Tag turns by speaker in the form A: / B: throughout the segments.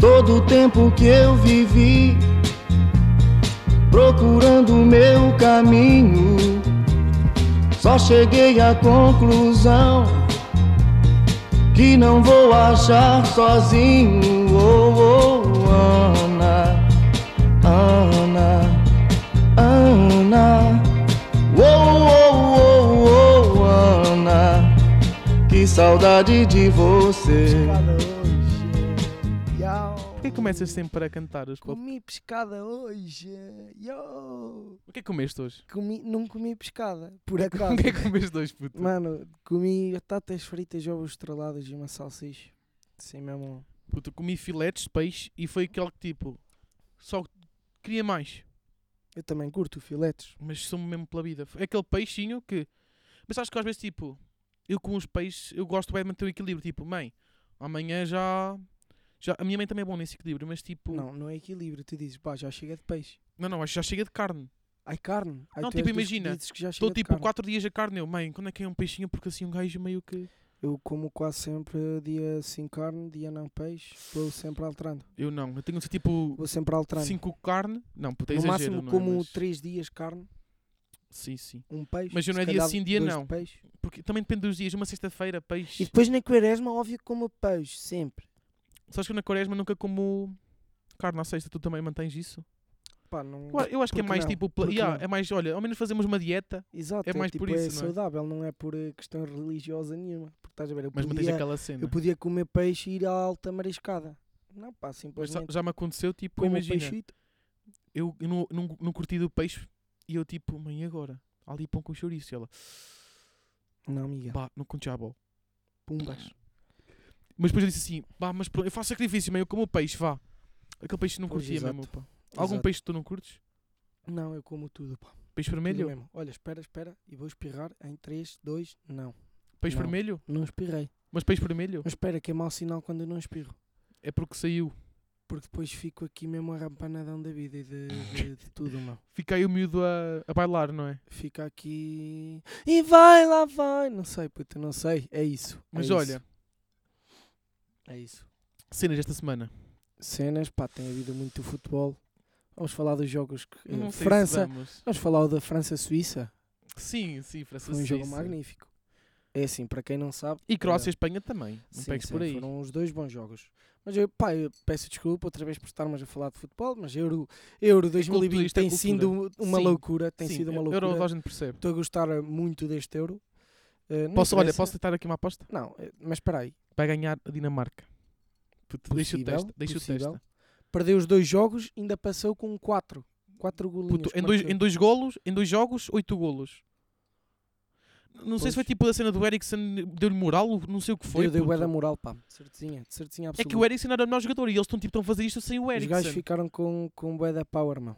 A: todo o tempo que eu vivi procurando o meu caminho. Só cheguei à conclusão que não vou achar sozinho. Oh, oh, Ana, Ana, Ana. Oh, oh, oh, oh, Ana, que saudade de você.
B: Pescada hoje. Yo.
C: Porquê é começas sempre a cantar os podcasts?
B: Comi pescada hoje. Yo.
C: O que é que comeste hoje?
B: Comi, não comi pescada, por acaso.
C: O que é que comeste hoje, puto?
B: Mano, comi batatas fritas, ovos estrelados e uma salsicha. Sim mesmo.
C: Puto, comi filetes de peixe e foi aquele que tipo, só queria mais,
B: Eu também curto filetes.
C: mas sou mesmo pela vida. É aquele peixinho que. Mas acho que às vezes, tipo, eu com os peixes, eu gosto bem de manter o equilíbrio. Tipo, mãe, amanhã já. já... A minha mãe também é bom nesse equilíbrio, mas tipo.
B: Não, não é equilíbrio. Tu dizes, pá, já chega de peixe.
C: não, não, acho que já chega de carne.
B: Ai, carne. Ai,
C: Não,
B: tu
C: tipo,
B: és dos que
C: imagina,
B: dizes que já
C: Estou
B: chega de
C: tipo
B: carne.
C: 4 dias a carne, eu, mãe, quando é que é um peixinho? Porque assim um gajo meio que.
B: Eu como quase sempre dia sim carne, dia não peixe. Vou sempre alterando.
C: Eu não, eu tenho de ser tipo
B: Vou sempre alterando.
C: 5 carne. Não, puta, é
B: no
C: exagero,
B: máximo
C: não é?
B: como
C: Mas-
B: 3 dias carne,
C: Sim, sim.
B: um peixe.
C: Mas eu não
B: se
C: é dia
B: calhar
C: sim, dia
B: dois de
C: não.
B: peixe.
C: Porque também depende dos dias, uma sexta-feira,
B: E
C: peixe.
B: depois na quaresma, óbvio que como peixe, sempre.
C: Sabes que eu na quaresma nunca como carne à sexta, tu também mantens isso?
B: Pá, não...
C: Claro, eu acho que é
B: porque
C: mais
B: não?
C: tipo. pla-
B: Porque
C: Yeah,
B: não?
C: é mais, olha, ao menos fazemos uma dieta,
B: Exato,
C: é
B: é,
C: mais
B: tipo,
C: por isso,
B: é
C: não é?
B: saudável, não é por eh, questão religiosa nenhuma. Porque estás a ver, eu
C: mas mantens
B: podia,
C: aquela cena. é?
B: eu podia comer peixe e ir à alta mariscada. Não, pá,
C: Mas sa-
B: simplesmente
C: já me aconteceu, tipo,
B: como um
C: imagina,
B: peixito.
C: eu, eu não, não, não curti do peixe e eu tipo, mãe, e agora? Ali pão com chouriço. E ela,
B: Não, amiga,
C: pá, não conte a bola.
B: pumbas.
C: Mas depois eu disse assim, pá, mas pronto, eu faço sacrifício, mãe, eu como o peixe, vá. Aquele peixe que não
B: Pois,
C: curtia
B: exato,
C: mesmo, pá. Algum
B: Exato.
C: peixe que tu não curtes?
B: Não, eu como tudo, pá.
C: Peixe
B: Tudo
C: vermelho?
B: mesmo. Olha, espera, espera. E vou espirrar em 3, 2, não.
C: Peixe
B: Não.
C: vermelho?
B: Não espirrei.
C: Mas peixe vermelho?
B: Mas espera, que é mau sinal quando eu não espirro.
C: É porque saiu.
B: Porque depois fico aqui mesmo a rampanadão da vida e de, de- de tudo, mano.
C: Fica aí o miúdo a, a bailar, não é?
B: Fica aqui. E vai lá, vai. Não sei, puta, não sei. É isso. é
C: Mas
B: isso,
C: olha,
B: É isso.
C: cenas esta semana.
B: Cenas, pá, tem havido muito futebol. Vamos falar dos jogos que. eh,
C: Não sei se
B: França.
C: damos.
B: Vamos falar o da França-Suíça.
C: Sim, sim, França.
B: Foi um jogo
C: Suíça.
B: magnífico. É assim, para quem não sabe.
C: E Croácia e
B: eh,
C: Espanha também. Não
B: sim,
C: pegues
B: sim,
C: por aí.
B: Foram os dois bons jogos. Mas eu, pá, eu peço desculpa outra vez por estarmos a falar de futebol, mas Euro, Euro 2020
C: isto é
B: tem
C: cultura.
B: sido uma
C: Sim.
B: loucura. Tem
C: Sim,
B: sido uma
C: eu-
B: loucura.
C: Eu, toda a gente percebe.
B: Estou a gostar muito deste euro. Eh, não
C: Posso, olha,
B: interessa.
C: posso tentar aqui uma aposta?
B: Não, eh, mas espera aí.
C: Vai ganhar a Dinamarca. Puto, deixa o
B: Possível,
C: teste. Deixa o
B: possível.
C: teste.
B: Perdeu os dois jogos, ainda passou com 4. 4 golinhos.
C: Puto,
B: é que
C: em, dois,
B: marcou.
C: em dois golos, em dois jogos, oito golos. Não sei se foi
B: Pois.
C: tipo a cena do Eriksen deu-lhe moral, não sei o que foi.
B: Deu, deu
C: puto.
B: bué da moral, pá. De certezinha, de certezinha
C: é
B: absoluta.
C: que o Eriksen era o melhor jogador e eles estão tipo, tão a fazer isto sem
B: Os
C: o
B: gajos
C: Eriksen.
B: ficaram com, com bué da power, mano.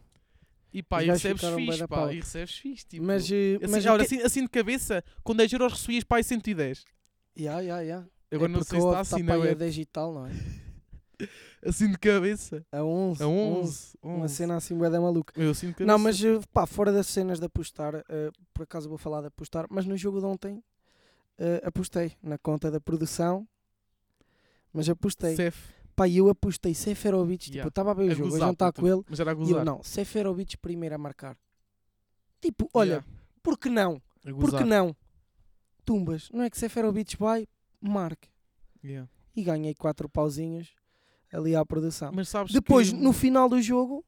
C: E pá,
B: os
C: e
B: gajos
C: recebes
B: ficaram bué
C: fixe,
B: da
C: pá.
B: pau.
C: E recebes fixe, tipo.
B: mas, eh,
C: assim,
B: mas
C: olha,
B: até-
C: assim, assim de cabeça, com 10 euros recebias pá, e 110.
B: Ya, ya, ya.
C: Agora
B: É
C: não
B: porque
C: sei se
B: a odd
C: está assim,
B: pá
C: não
B: aí
C: é?
B: a 10 e tal, não é?
C: Assim de cabeça.
B: A 11.
C: A 11.
B: Uma
C: 11.
B: cena assim bué da maluca.
C: Eu assim de cabeça.
B: Não, mas eh, pá, fora das cenas de apostar, eh, por acaso vou falar de apostar, mas no jogo de ontem eh, apostei na conta da produção, mas apostei.
C: Cef.
B: Pá, e eu apostei Seferovic, tipo,
C: Yeah.
B: eu estava a ver o
C: A
B: jogo, a
C: gozar,
B: jantar
C: puto.
B: com ele,
C: Mas era a
B: e eu
C: gozar.
B: não, Seferovic primeiro a marcar. Tipo, olha, por que não?
C: Yeah, a
B: Por que
C: gozar.
B: não? Tumbas, não é que Seferovic vai, marque.
C: Yeah.
B: E ganhei quatro pauzinhos ali à produção.
C: Mas sabes
B: Depois,
C: que
B: no final do jogo,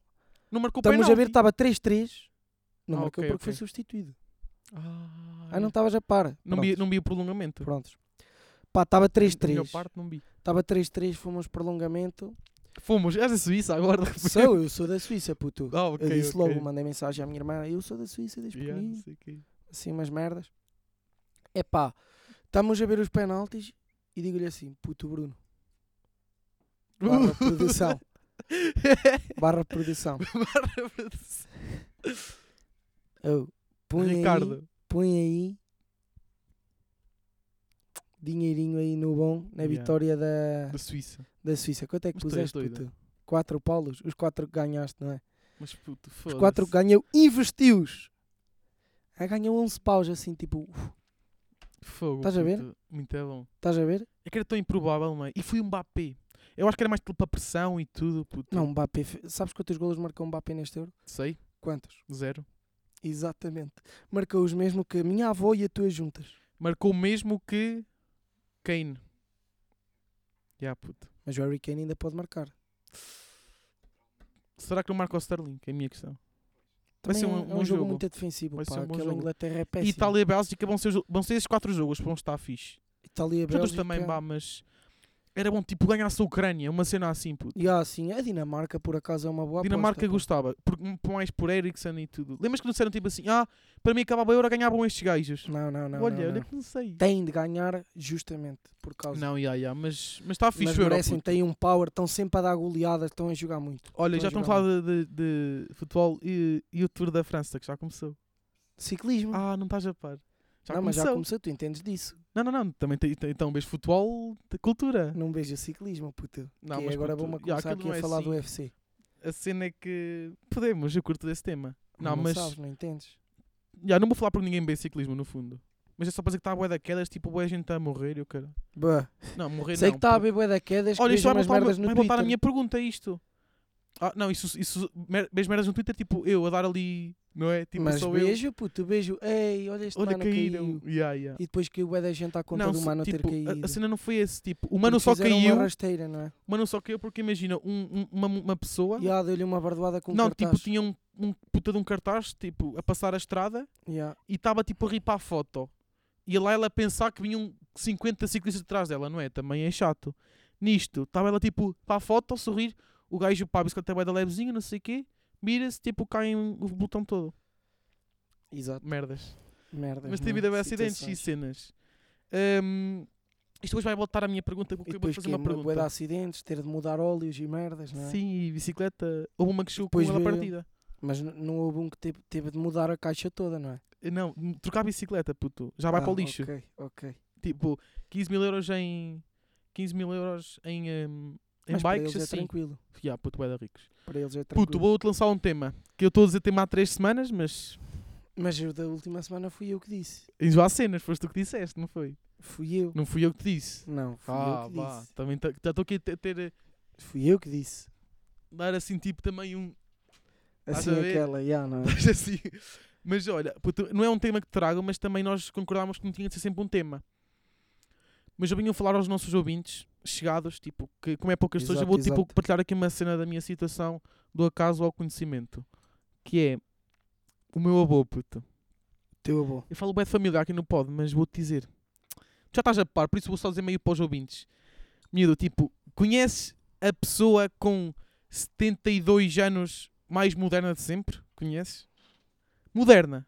C: não marcou
B: estamos a ver,
C: penalti.
B: estava 3-3, não
C: Ah,
B: marcou
C: ok,
B: porque
C: ok.
B: foi substituído.
C: Ah,
B: Ah, não estavas a par.
C: não, vi, não vi o prolongamento.
B: Prontos. Pá, estava
C: A melhor
B: 3-3.
C: parte não vi.
B: Estava 3-3, fomos prolongamento.
C: Fomos, és da Suíça agora. de repente.
B: sou, eu sou da Suíça, puto.
C: Ah, ok,
B: eu disse
C: ok.
B: logo, mandei mensagem à minha irmã. Eu sou da Suíça desde
C: Yeah, não
B: pequenino.
C: sei o quê.
B: Assim, umas merdas. É pá, estamos a ver os penaltis e digo-lhe assim, puto Bruno.
C: Uh,
B: Barra produção. Barra produção.
C: Barra produção.
B: Eu, põe aí,
C: Ricardo.
B: põe aí dinheirinho aí no bom, na
C: Yeah.
B: vitória da...
C: Da Suíça.
B: da Suíça. Quanto é que
C: Mas tu és
B: puseste,
C: doida.
B: puto? 4 palos? Os 4 que ganhaste, não é?
C: Mas puto,
B: Os
C: foda-se.
B: 4 que ganhou, investiu-os. Aí ganhou 11 paus, assim, tipo, uf,
C: Fogo.
B: Estás a ver?
C: puto. Muito é bom.
B: estás a ver?
C: É que era tão improvável, mãe. E é? foi um Mbappé. Eu acho que era mais tipo para pressão e tudo. Puto.
B: Não, Mbappé. fe- Sabes quantos golos marcou Mbappé neste euro?
C: Sei,
B: Quantos?
C: zero.
B: Exatamente. Marcou os mesmo que a minha avó e a tua juntas.
C: Marcou mesmo que Kane. Já, puto.
B: Mas o Harry Kane ainda pode marcar.
C: Será que não marca o Sterling? É a minha questão. Vai ser
B: Também
C: um-
B: é
C: um
B: jogo,
C: jogo.
B: muito defensivo.
C: Vai
B: pá.
C: ser um bom
B: Aquela
C: jogo.
B: Inglaterra é
C: E
B: péssima.
C: Itália e Bélgica vão ser, os- vão ser esses quatro jogos. Vão estar fixe.
B: Itália
C: Os outros
B: Bélgica.
C: também, bah, mas era bom tipo ganhar-se a Ucrânia. Uma cena assim, puto.
B: E há, é- sim, a Dinamarca por acaso é uma boa
C: Dinamarca
B: aposta, pá.
C: gostava, por, por mais por Eriksen e tudo. Lembras que disseram tipo assim: ah, para mim acabava a Euro, ganhavam estes gajos.
B: Não, não, não.
C: olha,
B: não,
C: olha
B: não.
C: que não sei.
B: Têm de ganhar justamente por causa.
C: Não, ia, ia, mas mas está
B: mas
C: fixe o Euro.
B: merecem,
C: puto.
B: têm um power, estão sempre a dar goleadas, estão a jogar muito.
C: Olha, já
B: estão a
C: estamos a falar de, de- de futebol e, e o Tour da França, que já começou.
B: Ciclismo.
C: Ah, não estás a par. Já
B: Hum. não, mas
C: começou.
B: já começou, tu entendes disso.
C: Não, não, não. Também tem, tem- então vês futebol de cultura.
B: Não vejo ciclismo, puto.
C: Não,
B: que
C: mas
B: agora
C: puto,
B: vamos
C: já,
B: começar
C: aquilo
B: aqui
C: não
B: a
C: é
B: falar do
C: assim.
B: UFC.
C: A cena é que podemos, eu curto desse tema. Não, mas
B: sabes, não entendes.
C: já, não vou falar por ninguém bem ciclismo no fundo. Mas é só para dizer que está a boia daquelas, tipo, boa gente está a morrer, eu quero.
B: Bah,
C: Não, morrer
B: Sei
C: não.
B: que tá, está a
C: porque-
B: haver bué da quedas,
C: Olha,
B: que vejo
C: isto vai
B: umas
C: voltar,
B: merdas no
C: vai voltar a
B: Twitter.
C: minha pergunta, é isto. Ah, não, isso, isso, mer- vejo merdas no Twitter, tipo, eu a dar ali, não é? Tipo,
B: Mas
C: sou
B: beijo, puto, beijo. Ei, olha este
C: eu. Olha,
B: mano
C: caíram.
B: caiu.
C: Yeah, yeah.
B: E depois caiu bué da gente à conta do
C: se-
B: mano
C: tipo,
B: ter
C: a-
B: caído.
C: A, cena não foi esse, tipo, o mano
B: Porque
C: só
B: fizeram
C: caiu,
B: uma rasteira, não é?
C: o mano só caiu porque imagina, um- um- uma, uma pessoa,
B: E ah, deu-lhe uma bardoada com um
C: não,
B: cartaz.
C: tipo, tinha um, um puta de um cartaz, tipo, a passar a estrada
B: Yeah.
C: e estava, tipo, a rir para a foto. E lá ela a pensar que vinham 50 ciclistas atrás dela, não é? Também é chato. Nisto, estava ela, tipo, para a foto, a sorrir, o gajo, pá, a bicicleta vai da levezinha, não sei o quê, mira-se, tipo, cai o botão todo.
B: Exato.
C: Merdas.
B: Merda. é?
C: Mas tem vida bem acidentes e cenas. Ahm, isto hoje vai voltar à minha pergunta,
B: E
C: porque eu vou
B: depois
C: fazer
B: que é
C: uma
B: uma bué de
C: pergunta.
B: acidentes, ter de mudar óleos e merdas, não é?
C: Sim, e bicicleta. Houve uma que chegou com
B: Depois
C: ela
B: veio-
C: partida.
B: Mas n- não houve um que teve, teve de mudar a caixa toda, não é?
C: Eh, Não, trocar a bicicleta, puto. Já vai
B: Ah,
C: Tá para o lixo.
B: Ok, ok.
C: Tipo, 15 mil euros em. 15 mil euros em, ahm, em
B: Mas para
C: bikes,
B: eles é
C: assim.
B: tranquilo.
C: Yeah, puto, bué da ricos.
B: Para eles é
C: Puto,
B: tranquilo.
C: vou-te lançar um tema. Que eu estou a dizer tema há 3 semanas, mas.
B: Mas eu da última semana fui eu que disse.
C: Isso há cenas, foste tu que disseste, não foi?
B: Fui eu.
C: Não fui eu que te disse.
B: Não, fui
C: Ah,
B: eu que
C: vá.
B: disse.
C: Também tá- já estou aqui a ter- ter.
B: Fui eu que disse.
C: Dar assim, tipo, também um. Estás
B: Assim
C: a ver?
B: aquela, já, não é?
C: Mas assim. Mas olha, puto, não é um tema que trago, mas também nós concordámos que não tinha de ser sempre um tema. Mas eu vinha falar aos nossos ouvintes, chegados, tipo, que como é poucas pessoas, eu
B: Exato,
C: vou tipo,
B: exato.
C: partilhar aqui uma cena da minha situação, do acaso ao conhecimento. Que é o meu avô, puto.
B: Teu avô.
C: Eu falo bem de família aqui no pod, mas vou-te dizer. Tu já estás a par, por isso vou só dizer meio para os ouvintes. Miúdo, tipo, conheces a pessoa com 72 anos mais moderna de sempre? Conheces? Moderna.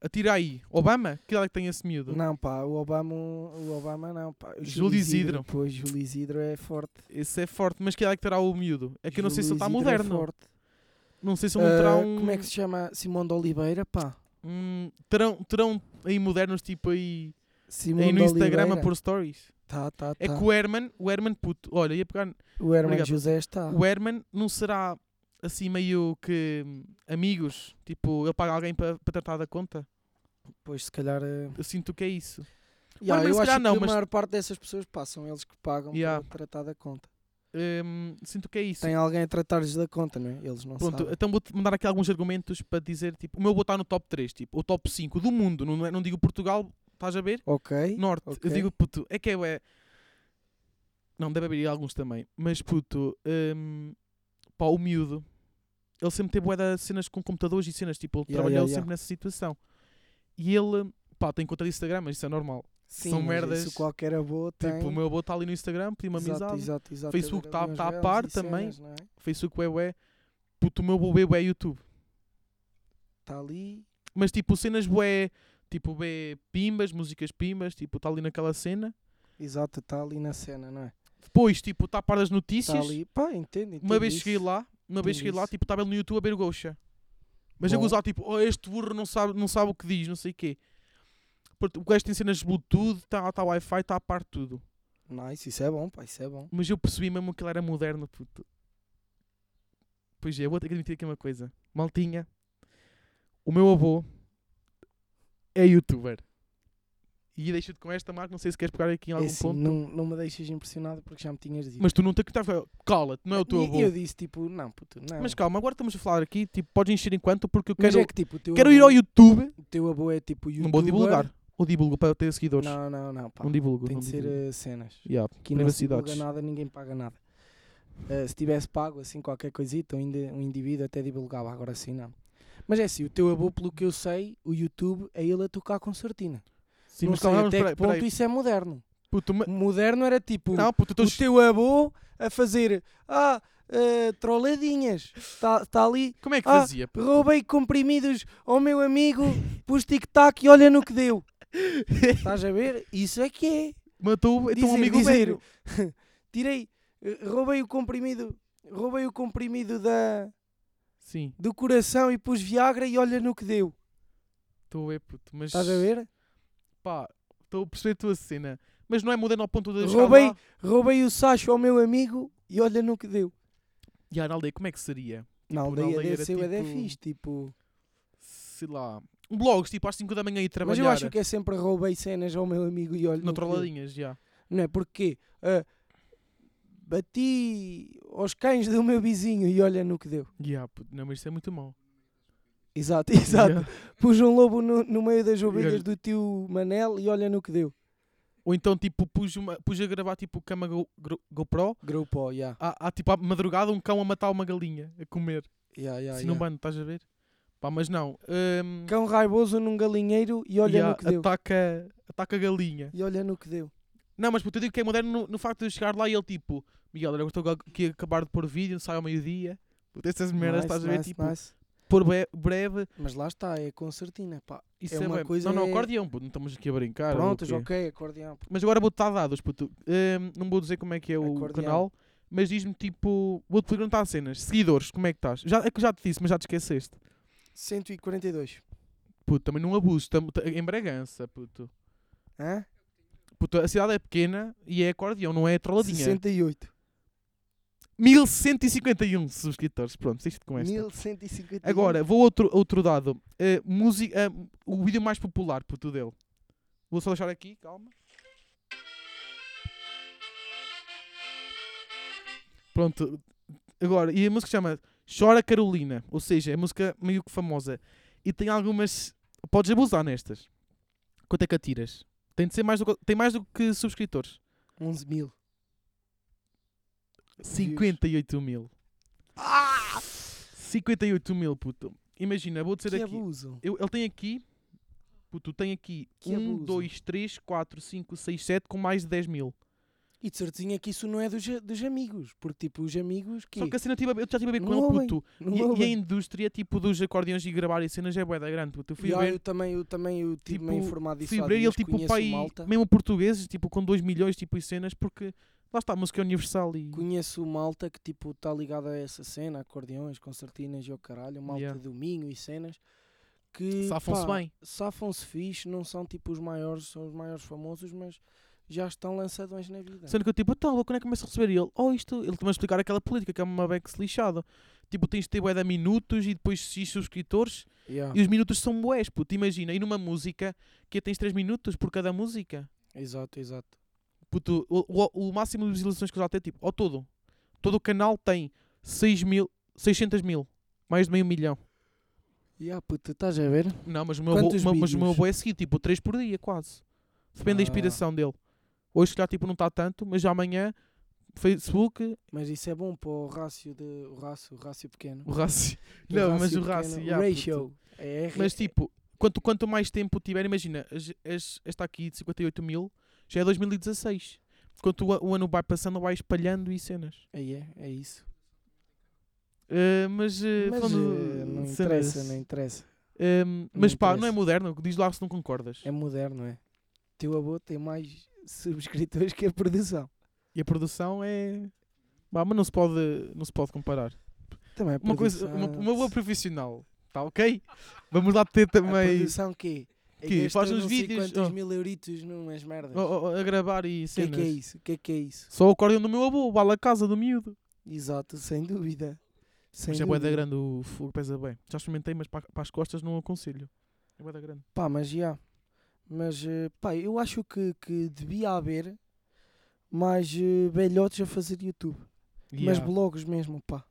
C: Atira aí. Obama? Que idade é que tem esse miúdo?
B: Não, pá, o Obama, o Obama não, pá. O
C: Júlio Isidro.
B: Pois, Júlio Isidro é forte.
C: Esse é forte, mas que idade é que terá o miúdo? É que eu não sei se ele
B: Júlio
C: está
B: Isidro é
C: moderno.
B: forte.
C: não sei se ele não terá
B: Ah,
C: um...
B: Como é que se chama? Simão de Oliveira, pá.
C: um- terão, terão aí modernos, tipo aí,
B: Simão
C: aí no
B: de
C: Instagram
B: Oliveira.
C: a pôr stories?
B: Tá, tá, tá.
C: É que o Herman, o Herman puto, olha, ia pegar.
B: O Herman
C: Obrigado.
B: José está.
C: O Herman não será assim meio que hum, amigos? Tipo, ele paga alguém para tratar da conta?
B: Pois, se calhar. eh,
C: Eu sinto que é isso.
B: yeah,
C: Herman,
B: eu
C: se
B: acho
C: calhar
B: que
C: não,
B: a
C: mas-
B: maior parte dessas pessoas passam, eles que pagam
C: Yeah.
B: para tratar da conta.
C: Hum, sinto que é isso.
B: Tem alguém a tratar-lhes da conta, não é? Eles não
C: Pronto,
B: sabem.
C: então vou-te mandar aqui alguns argumentos para dizer, tipo, o meu vou estar no top 3, tipo, ou top 5 do mundo, não, é- não digo Portugal, estás a ver?
B: Ok.
C: Norte,
B: ok.
C: eu digo puto, é que é, é... Não, deve haver aí alguns também, mas puto, hum, pá, o miúdo, ele sempre teve bué de cenas com computadores e cenas, tipo, ele
B: Yeah,
C: trabalhou
B: yeah, yeah.
C: sempre nessa situação. E ele, pá, tem conta de Instagram, mas isso é normal.
B: Sim,
C: são
B: mas
C: merdas,
B: Isso qualquer avô tem.
C: Tipo, o meu avô está ali no Instagram, pediu uma
B: exato,
C: amizade,
B: exato, exato.
C: Facebook
B: Tem
C: tá-
B: uns
C: tá a
B: reels
C: par
B: e
C: também.
B: cenas, não é?
C: Facebook, ué, ué, puto, o meu avô é YouTube.
B: Está Tá ali.
C: mas tipo cenas bué, tipo bué pimbas, músicas pimbas, tipo está ali naquela cena.
B: Exato, está ali na cena, não é?
C: Depois, tipo, está a par das
B: Está
C: notícias.
B: Tá ali. Pá, entendo, entendo
C: uma vez
B: isso.
C: cheguei lá, uma vez
B: Entendo
C: cheguei lá,
B: isso.
C: tipo, estava ele no YouTube a ver o Gosha. Mas
B: Bom.
C: eu gozava, tipo, oh, este burro não sabe, não sabe o que diz, não sei o quê. Porto- O gajo tem cenas de Bluetooth, está tá Wi-Fi, está a par de tudo.
B: Nice, isso é bom, pá, isso é bom.
C: Mas eu percebi mesmo que ele era moderno, puto. Pois é, eu vou ter que admitir aqui uma coisa. Maltinha, o meu avô é youtuber. E deixo-te com esta, Marco. Não sei se queres pegar aqui em algum
B: É assim,
C: ponto.
B: não, não me deixas impressionado porque já me tinhas dito.
C: Mas tu não te acreditavas. Cala-te, não é o teu
B: E-
C: avô.
B: e eu disse tipo, não, puto, não.
C: Mas calma, agora estamos a falar aqui. Tipo, podes encher enquanto, porque eu
B: Mas
C: quero,
B: é que tipo, o teu
C: quero
B: avô,
C: ir ao YouTube.
B: O teu avô é tipo youtuber.
C: Não vou divulgar. Ou divulgo para ter seguidores. Não,
B: Não, não, não, pá.
C: divulgo.
B: Tem
C: não
B: de ser
C: divulgo.
B: eh, cenas.
C: Yeah,
B: Aqui não se
C: privacidades.
B: paga nada, ninguém paga nada. Eh, se tivesse pago assim qualquer coisita, um, indi- um indivíduo até divulgava, agora sim não. Mas é assim, o teu avô, pelo que eu sei, o YouTube é ele a tocar concertina.
C: Sim,
B: não
C: mas
B: sei
C: calma,
B: até
C: peraí,
B: que ponto
C: peraí.
B: isso é moderno.
C: Puto, mas-
B: Moderno era tipo
C: Não, puto, eu
B: o
C: estou
B: teu avô a fazer ah, eh, troledinhas. Está tá ali,
C: Como é que
B: Ah,
C: fazia? puto?
B: roubei comprimidos ao meu amigo, pus tic-tac e olha no que deu. Estás a ver? Isso é que é.
C: Matou é teu
B: Dizer,
C: amigo
B: dizer.
C: velho.
B: Tirei, eh, roubei o comprimido, roubei o comprimido da,
C: Sim,
B: do coração e pus Viagra e olha no que deu.
C: estou a ver, puto. Mas
B: Estás a ver?
C: pá, estou a perceber a tua cena. Mas não é moderno ao ponto de eu chegar
B: Roubei-
C: lá.
B: Roubei o Sacho ao meu amigo e olha no que deu.
C: E a aldeia, como é que seria?
B: Na
C: Tipo, na
B: aldeia
C: aldeia
B: deve
C: era
B: ser tipo...
C: tipo-
B: fixe, tipo...
C: Sei lá. Blogs, tipo às 5 da manhã e trabalhar.
B: Mas eu acho que é sempre roubei cenas ao meu amigo e olha
C: Na
B: no que deu.
C: trolladinhas, já.
B: Não é? Porque ah, bati aos cães do meu vizinho e olha no que deu.
C: Já, puto, Não, mas isso é muito mau.
B: Exato, exato.
C: Já.
B: Pus um lobo no, no meio das ovelhas
C: olha-
B: do tio Manel e olha no que deu.
C: Ou então, tipo, pus, uma, pus a gravar, tipo, cama Go- Gro- GoPro.
B: Grupo, já.
C: Há, há, tipo, à madrugada, um cão a matar uma galinha, a comer.
B: Yeah, yeah,
C: Se não
B: yeah.
C: bando, estás a ver? Pá, mas não. hum,
B: Cão raivoso num galinheiro e olha
C: já,
B: no que deu.
C: ataca, ataca a galinha.
B: E olha no que deu.
C: Não, mas puto, eu digo que é moderno no, no facto de eu chegar lá e ele, tipo, Miguel, agora estou aqui a acabar de pôr vídeo, sai ao meio-dia. Puto, essas merdas,
B: Nice,
C: estás a ver?
B: nice,
C: tipo,
B: nice.
C: pôr be- breve.
B: Mas lá está, é concertina. Pá.
C: Isso
B: É
C: é,
B: uma
C: bué-
B: coisa
C: Não, não,
B: é-
C: acordeão, puto, não estamos aqui a brincar.
B: Prontos,
C: ok.
B: ok, acordeão.
C: Mas agora vou-te dar dados, puto. Hum, não vou dizer como é que é o
B: Acordeão.
C: canal, mas diz-me tipo. Vou-te perguntar cenas. Seguidores, como é que estás? Já, é que eu já te disse, mas já te esqueceste.
B: 142.
C: Puto, também não abuso. Tamo, ta- em Bragança, puto.
B: Hã?
C: Puto, a cidade é pequena e é acordeão, não é trolladinha.
B: 68.
C: 1151 subscritores. Pronto, isto com esta.
B: 1158.
C: Agora, vou outro, outro dado. Eh, musi- eh, o vídeo mais popular, puto, dele. Vou só deixar aqui, calma. Pronto. Agora, e a música chama Chora Carolina. Ou seja, é música meio que famosa. E tem algumas... Podes abusar nestas. Quanto é que atiras? Tem de ser mais do que, tem mais do que subscritores.
B: 11 mil.
C: 58 mil.
B: Ah!
C: 58 mil, puto. Imagina, vou dizer
B: Que
C: aqui...
B: abuso.
C: Eu- ele tem aqui. Puto, tem aqui
B: Que
C: 1,
B: abuso.
C: 2, 3, 4, 5, 6, 7 com mais de 10 mil.
B: E de certinho é que isso não é dos, dos amigos. Porque, tipo, os amigos que. Um
C: Só que a cena tive a ver- eu já estive a ver com
B: Não
C: ele,
B: ouvem,
C: puto.
B: não é
C: E, e a
B: ouvem.
C: indústria, tipo, dos acordeões e gravar e cenas é bué da grande, puto. Eu fui
B: Ya,
C: ver,
B: eu também, eu também eu tive me
C: tipo,
B: informado disso.
C: fui
B: há
C: ver e ele,
B: dias,
C: tipo,
B: conheço
C: pai,
B: malta,
C: mesmo portugueses, tipo, com 2 milhões, tipo, e cenas, porque lá está, a música é universal e...
B: Conheço malta que tipo está ligada a essa cena, acordeões, concertinas e o caralho, malta
C: Yeah.
B: do Minho e cenas que
C: Safam-se
B: pá,
C: bem.
B: Safam-se fixe, não são tipo os maiores, são os maiores famosos, mas já estão lançadões na vida.
C: Sendo que eu, tipo, então, quando é que começa a receber? E ele, oh, isto, ele também explicar aquela política que é uma bex lixada. Tipo, tens de ter bué da minutos e depois X subscritores
B: Yeah,
C: E os minutos são bués, puto. Imagina, e numa música que é, tens 3 minutos por cada música.
B: Exato, exato.
C: Puto, o, o- o máximo de visualizações que eu já tenho, tipo, ao todo. Todo o canal tem 6 mil, 600 mil. Mais de meio milhão.
B: Yeah, puto, estás a ver?
C: Não, mas o meu,
B: Quantos
C: bo- mas o meu
B: vídeos?
C: avô é seguido, tipo, 3 por dia, quase. Depende da
B: Ah.
C: inspiração dele. Hoje, se calhar, tipo, não está tanto, mas já amanhã, Facebook,
B: Mas isso é bom para o rácio de o rácio, o rácio pequeno.
C: o rácio.
B: O
C: Não,
B: rácio
C: mas o
B: pequeno,
C: rácio,
B: o
C: já, puto.
B: ratio. É R.
C: Mas tipo, quanto, quanto mais tempo tiver, imagina, as- as- esta aqui de 58 mil já é 2016. Quanto o, a- o ano vai passando, vai espalhando e cenas.
B: Aí é, é isso.
C: Eh, mas, eh,
B: Mas
C: falando
B: eh,
C: de
B: não
C: cenas,
B: interessa, não interessa.
C: ehm, mas
B: não
C: pá, não é
B: interessa.
C: moderno, diz lá se não concordas.
B: É moderno, é. Teu avô tem mais subscritores que a produção.
C: E a produção é. Bah, mas não se pode, não se pode comparar.
B: Também é a
C: Uma coisa,
B: produção-
C: uma, uma boa profissional, tá ok? Vamos lá ter também.
B: A produção quê? É
C: Que
B: gastar
C: faz uns
B: não sei
C: vídeos,
B: quantos
C: oh.
B: mil euritos numas merdas.
C: oh, oh, a gravar e
B: o que é
C: cenas.
B: que é isso? O que é que é isso?
C: Só o acordeão do meu avô, bala a casa do miúdo.
B: Exato, sem dúvida. Sem
C: Mas é
B: dúvida.
C: boeda grande, o fogo pesa bem. Já experimentei, mas para, para as costas não aconselho. É boeda grande.
B: Pá, mas já. Mas, eh, pá, eu acho que, que devia haver mais eh, velhotes a fazer YouTube. Mas
C: Yeah.
B: blogs mesmo, pá.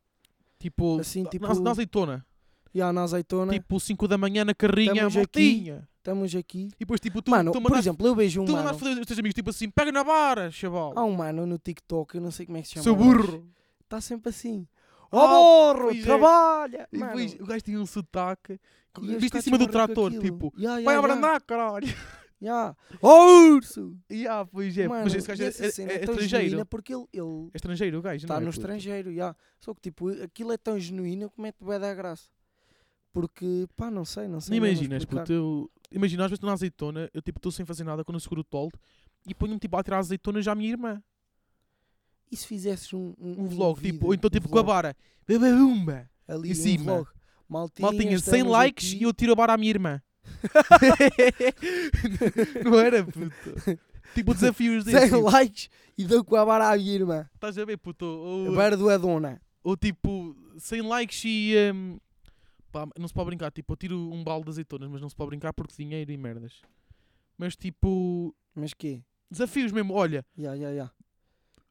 C: tipo,
B: assim, tipo-
C: na, na azeitona.
B: E há na azeitona,
C: Tipo, 5 da manhã na carrinha,
B: é? Estamos
C: maltinha.
B: estamos aqui.
C: E depois, tipo, tu,
B: mano,
C: tu
B: por
C: mandaste,
B: exemplo, eu vejo um
C: tu mandaste
B: mano.
C: fazer os teus amigos, tipo assim, pega na vara, chaval.
B: Há um mano no TikTok, eu não sei como é que se chama.
C: Seu burro.
B: Está sempre assim. Ó
C: Ah,
B: burro,
C: pois é.
B: trabalha!
C: E
B: Mano,
C: depois o gajo tinha um sotaque.
B: e os
C: Viste em
B: cachorros
C: cima do
B: com
C: trator,
B: aquilo.
C: tipo,
B: Ya, ya,
C: vai
B: ya,
C: abrandar, caralho.
B: ya. Ó urso!
C: E ah, pois é.
B: Mano,
C: Mas esse gajo
B: e
C: é,
B: essa
C: é-
B: cena
C: é
B: tão
C: estrangeiro.
B: genuína
C: É
B: Porque ele- ele
C: estrangeiro o gajo,
B: está
C: não é?
B: no
C: puto?
B: estrangeiro, já. Só que tipo, aquilo é tão genuíno que mete bué da graça. Porque, pá, não sei, não sei.
C: Não
B: mesmo
C: imaginas,
B: explicar.
C: puto, eu... Imagina, às vezes estou na azeitona, eu tipo estou sem fazer nada quando eu seguro o toldo e ponho-me tipo a tirar azeitonas à minha irmã.
B: E se fizesses um,
C: Um vlog, tipo,
B: vídeo,
C: ou então
B: um
C: tipo com a
B: vlog
C: vara. Bebabumba!
B: ali,
C: em
B: um
C: cima.
B: vlog. Maltinha,
C: Maltinha, 100
B: estamos
C: likes
B: é aqui.
C: e eu tiro a vara à minha irmã. não era, puto. Tipo desafios
B: 100
C: desses. tipo,
B: likes e dou com a vara à minha irmã.
C: Estás a ver, puto?
B: A
C: Ou,
B: vara do Adona.
C: ou tipo, 100 likes e. hum, pá, não se pode brincar. Tipo, eu tiro um balde de azeitonas, mas não se pode brincar porque dinheiro e merdas. Mas tipo,
B: Mas quê?
C: desafios mesmo. Olha,
B: Ya, ya, ya.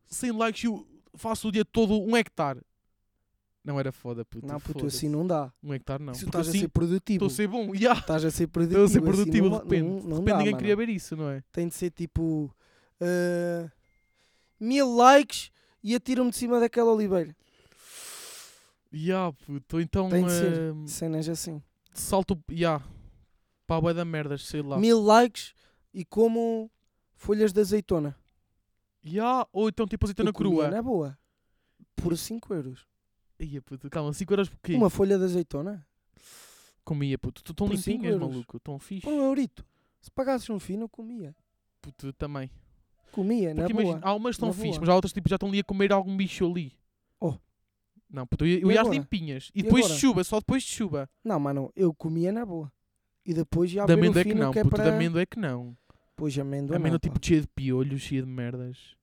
C: 100 likes e eu faço o dia todo um hectare. Não era foda, puto.
B: Não, puto,
C: foda-se.
B: assim não dá.
C: Um hectare não.
B: Se tu
C: Porque
B: estás a
C: assim
B: ser produtivo.
C: estou a ser bom. Yeah.
B: Estás a ser
C: Estou
B: produtivo.
C: a
B: assim
C: ser
B: não
C: produtivo
B: va-
C: de repente.
B: não-
C: de
B: não
C: repente
B: dá,
C: ninguém
B: mano.
C: queria ver isso, não é?
B: tem de ser tipo ah, mil likes e atiram-me de cima daquela oliveira.
C: Ya, puto, então
B: Tem de ser.
C: hum,
B: Cenas assim.
C: salto ya, para a bué da merdas, sei lá.
B: Mil likes e como folhas de azeitona.
C: Ya, ou então tipo azeitona
B: Eu comia
C: crua.
B: Na boa. Por 5 euros.
C: Ia, puto, calma, 5 euros por quê?
B: Uma folha de azeitona?
C: Comia, puto, tu tão
B: Por cinco
C: limpinhas,
B: euros.
C: maluco, tão fixe.
B: Por um eurito. Se pagasses um fino, eu comia.
C: Puto, eu também.
B: Comia, na
C: Porque imagina,
B: boa.
C: há umas tão
B: na
C: fixe,
B: boa.
C: mas há outras tipo já estão ali a comer algum bicho ali.
B: Oh.
C: Não, puto, eu,
B: E
C: eu ia às
B: agora?
C: limpinhas. E
B: E
C: depois de
B: agora?
C: chuva, só depois de chuva.
B: Não, mano, eu comia na boa. E depois já
C: da
B: abrir o
C: amêndoa é que
B: fino
C: não,
B: que é
C: puto,
B: para...
C: da amêndoa é que não.
B: Pois amêndoa,
C: amêndoa
B: não,
C: tipo
B: pá.
C: cheia de piolhos, cheia de merdas.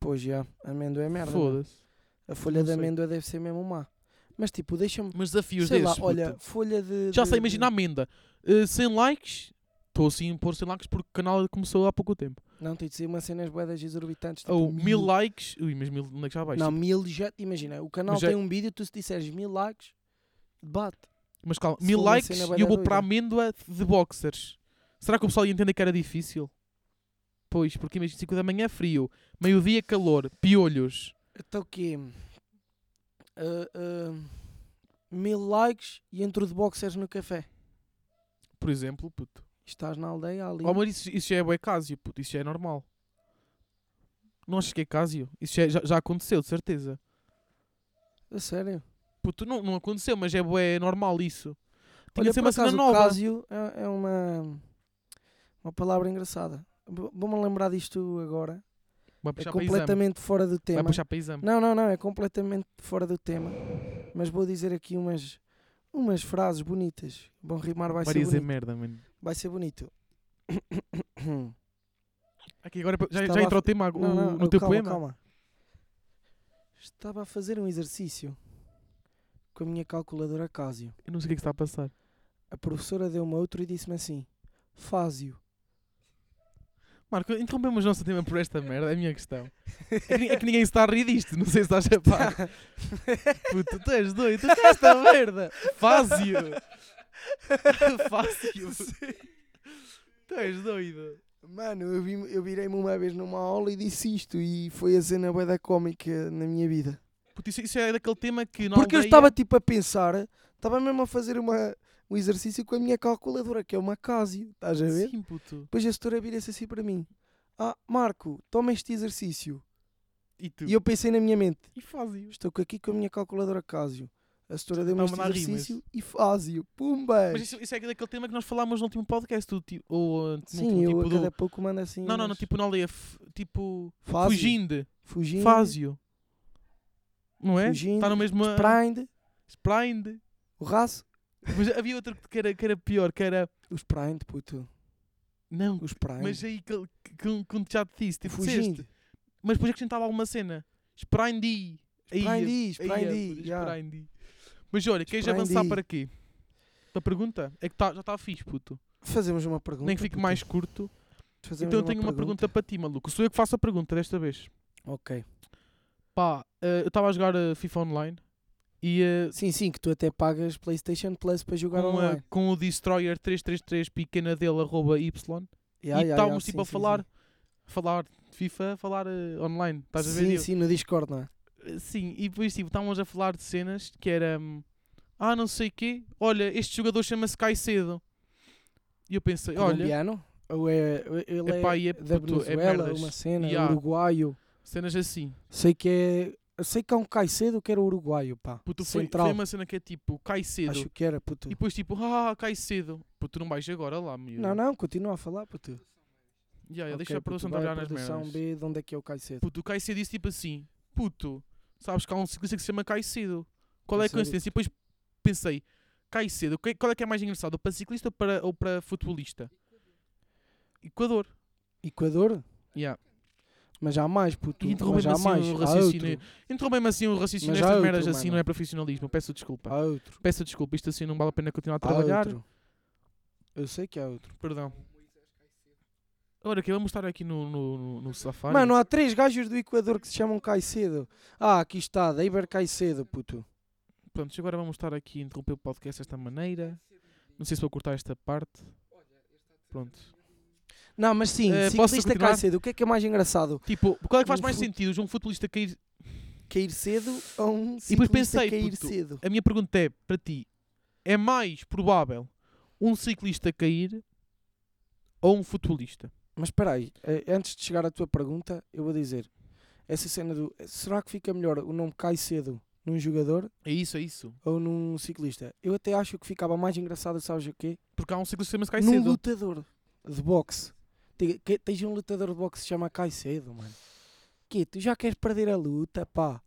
B: Pois já, amêndoa é merda. não. é?
C: Foda-se.
B: A folha
C: Não
B: de
C: sei.
B: amêndoa deve ser mesmo má. Mas tipo, deixa-me.
C: Mas desafios
B: Sei lá,
C: desses,
B: olha, eh,
C: puto.
B: folha de.
C: Já
B: de- de-
C: sei, imagina a amenda. Uh, 100 likes. Estou assim a pôr 100 likes porque o canal começou há pouco tempo.
B: Não, tem de ser umas cenas boedas exorbitantes. Tipo,
C: Ou 1000 likes. Ui, mas 1000 likes já baixo.
B: Não, mil já. Imagina, o canal
C: Mas já-
B: tem um vídeo, tu se disseres mil likes, bate.
C: Mas calma,
B: Se
C: 1000
B: for uma
C: likes
B: cena bué
C: e eu
B: da
C: vou para a
B: doida.
C: amêndoa de boxers. Será que o pessoal ia entender que era difícil? Pois, porque imagina 5 da manhã é frio, meio-dia é calor, piolhos.
B: Então o quê? Ah, ah, mil likes e entro de boxers no café.
C: Por exemplo, puto.
B: Estás na aldeia ali.
C: Oh, mas isso, isso já é bué Cásio, puto. Isso já é normal. Não achas que é Cásio? Isso já, já, já aconteceu, de certeza.
B: A sério.
C: Puto, não, não aconteceu, mas é bué normal isso. Tinha
B: Olha,
C: de ser
B: por
C: uma cena
B: acaso,
C: nova.
B: Cásio é, é uma. Uma palavra engraçada. Vou- Vou-me lembrar disto agora.
C: Vai
B: É
C: puxar para exame.
B: completamente fora do tema.
C: Vai puxar para exame.
B: Não, não, não, é completamente fora do tema. Mas vou dizer aqui umas, umas frases bonitas. Bom rimar vai
C: Vai
B: ser
C: dizer
B: bonito.
C: merda, mano.
B: Vai ser bonito.
C: Aqui agora já, já
B: Estava a
C: entrou o
B: fa-
C: tema o-
B: Não, não,
C: no teu
B: calma,
C: poema.
B: calma. Estava a fazer um exercício com a minha calculadora Casio.
C: Eu não sei o que é que está a passar.
B: A professora deu-me outro e disse-me assim: Fásio.
C: Marco, interrompemos o nosso tema por esta merda, é a minha questão. É que, é que ninguém se está a rir disto, não sei se estás a par. Puto, tu és doido, tu estás esta merda. Fásio. Fásio. Tu és doido.
B: Mano, eu, vi- eu virei-me uma vez numa aula e disse isto. E foi a cena bué da cómica na minha vida.
C: Puto, isso, isso é daquele tema que na
B: Porque eu
C: aldeia-
B: estava tipo a pensar, estava mesmo a fazer uma, um exercício com a minha calculadora, que é uma Casio, estás a ver?
C: Sim, puto.
B: Depois a setora vira-se assim para mim: Ah, Marco, toma este exercício.
C: E tu?
B: E eu pensei na minha mente:
C: E Fásio.
B: Estou aqui com a minha calculadora Casio. A setora deu-me
C: Tá a
B: este
C: mandar
B: exercício
C: rimas.
B: e fazio. Pumba!
C: Mas isso, isso é daquele tema que nós falámos no último podcast, do ti- ou uh, no
B: Sim,
C: último,
B: eu
C: tipo
B: a
C: do-
B: cada pouco mando assim.
C: Não, não, não,
B: umas-
C: tipo na aldeia, f- tipo,
B: Fásio.
C: fugindo,
B: Fugindo.
C: fásio. Não é?
B: Fugindo,
C: Está no mesmo... a-
B: Sprinde.
C: Sprinde.
B: O raço.
C: Mas havia outro que era, que era pior, que era...
B: O Sprinde, puto.
C: Não,
B: O Sprinde.
C: mas aí que, que, que, que já te disse, tipo,
B: Fugindo.
C: disseste. Mas depois acrescentava alguma cena. Sprinde. Aí, é,
B: Sprinde,
C: aí,
B: Sprinde.
C: puto,
B: já.
C: Sprinde. Mas olha, queres avançar
B: Sprinde.
C: para quê? Para a pergunta? É que tá- já está fixe, puto.
B: Fazemos uma pergunta.
C: nem que fique
B: puto.
C: mais curto.
B: Fazemos
C: Então eu tenho uma pergunta para ti, maluco. Sou eu que faço a pergunta desta vez.
B: Ok.
C: Pá, eh, eu estava a jogar eh, FIFA Online e eh,
B: Sim, sim, que tu até pagas PlayStation Plus para jogar
C: com, a-
B: online.
C: com o Destroyer 333 pequena dele arroba Y
B: Yeah,
C: e
B: yeah, yeah,
C: estávamos tipo
B: sim,
C: a
B: sim,
C: falar,
B: sim.
C: falar de FIFA, falar eh, online. Estás a ver? E
B: Sim,
C: eu- eh,
B: sim, no Discord, não é?
C: Sim, e depois tipo, estávamos a falar de cenas que era hum, ah, não sei o quê, olha, este jogador chama-se Caicedo. E eu pensei, olha,
B: Colombiano? um Ou é, ou ele é,
C: Epá, e é
B: da
C: puto, é
B: Venezuela,
C: merdas.
B: uma cena,
C: Yeah.
B: uruguaio.
C: cenas assim.
B: Sei que é... eu Sei que há um Caicedo que era uruguaio, pá.
C: Puto, foi,
B: Central.
C: foi uma cena que é tipo, Caicedo.
B: Acho que era, puto.
C: E depois tipo, ah, Caicedo. Puto, não vais agora lá, miúdo.
B: Não, não, continua a falar, puto.
C: Ya, ya,
B: Ok,
C: É, deixa a
B: puto,
C: produção
B: vai
C: trabalhar
B: à
C: nas
B: produção
C: merdas.
B: B, de onde é que é o Caicedo?
C: Puto, o Caicedo disse tipo assim: Puto, sabes que há um ciclista que se chama Caicedo. Qual é
B: A
C: a
B: sério?
C: coincidência? E depois pensei: Caicedo, que- qual é que é mais engraçado? Para ciclista ou para, ou para futebolista? Equador.
B: Equador?
C: Yeah.
B: Mas há mais, puto.
C: E
B: Mas
C: interrompei-me
B: há
C: assim
B: mais.
C: o
B: Há
C: raciocínio.
B: outro.
C: Interrompei-me assim o raciocínio.
B: Mas há
C: Estas
B: outro,
C: merdas assim
B: mano.
C: não é profissionalismo. Peço desculpa.
B: Há outro.
C: Peço desculpa. Isto assim não vale a pena continuar a
B: Há
C: trabalhar.
B: Ah, outro. Eu sei que há outro.
C: Perdão. Agora que eu vou mostrar aqui no, no, no, no Safari.
B: Mano, há três gajos do Equador que se chamam Caicedo. Ah, aqui está, Deiber Caicedo, puto.
C: Pronto, agora vamos estar aqui a interromper o podcast desta maneira. Não sei se vou cortar esta parte. Pronto.
B: Não, mas sim,
C: Eh, posso
B: ciclista
C: continuar?
B: Caicedo. O que é que é mais engraçado?
C: Tipo, qual é que faz
B: Um
C: mais
B: fut-
C: sentido? Um futebolista cair.
B: Cair cedo ou um ciclista
C: pensei,
B: cair
C: puto.
B: cedo?
C: A minha pergunta é para ti: é mais provável um ciclista cair ou um futebolista?
B: Mas espera aí, eh, antes de chegar à tua pergunta, eu vou dizer. Essa cena do... Será que fica melhor o nome Caicedo num jogador
C: É isso, é isso.
B: ou num ciclista. Eu até acho que ficava mais engraçado, sabes o quê?
C: Porque há um ciclista que se chama
B: num
C: Caicedo.
B: lutador de boxe. Te- que- Tens um lutador de boxe que se chama Caicedo, mano. Que tu já queres perder a luta, pá.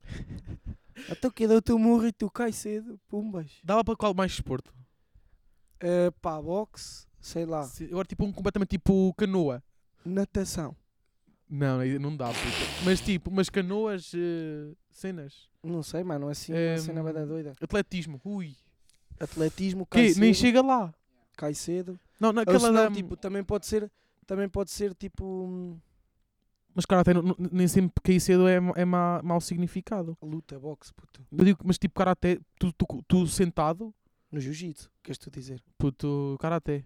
B: Até que dou o teu murro e tu cai cedo, pumbas.
C: Dava para qual mais esporte?
B: Eh, pá, boxe, sei lá,
C: Se- Agora, tipo, um completamente tipo canoa.
B: natação,
C: Não, aí não dá. puto. Mas, tipo, mas canoas, eh, cenas.
B: não sei, mano, assim, uma
C: Ehm,
B: cena vai dar doida.
C: Atletismo, ui.
B: Atletismo, cai
C: Que?
B: cedo,
C: Nem chega lá.
B: cai cedo.
C: Não,
B: Ou
C: naquela.
B: senão,
C: da-
B: tipo, também pode ser, também pode ser, tipo, hum,
C: Mas cara, até não- nem sempre cair cedo é, ma- é ma- mau significado.
B: luta, boxe, puto.
C: Eu digo, mas tipo, karaté, tu, tu, tu sentado,
B: No jiu-jitsu, queres tu dizer?
C: puto, karaté,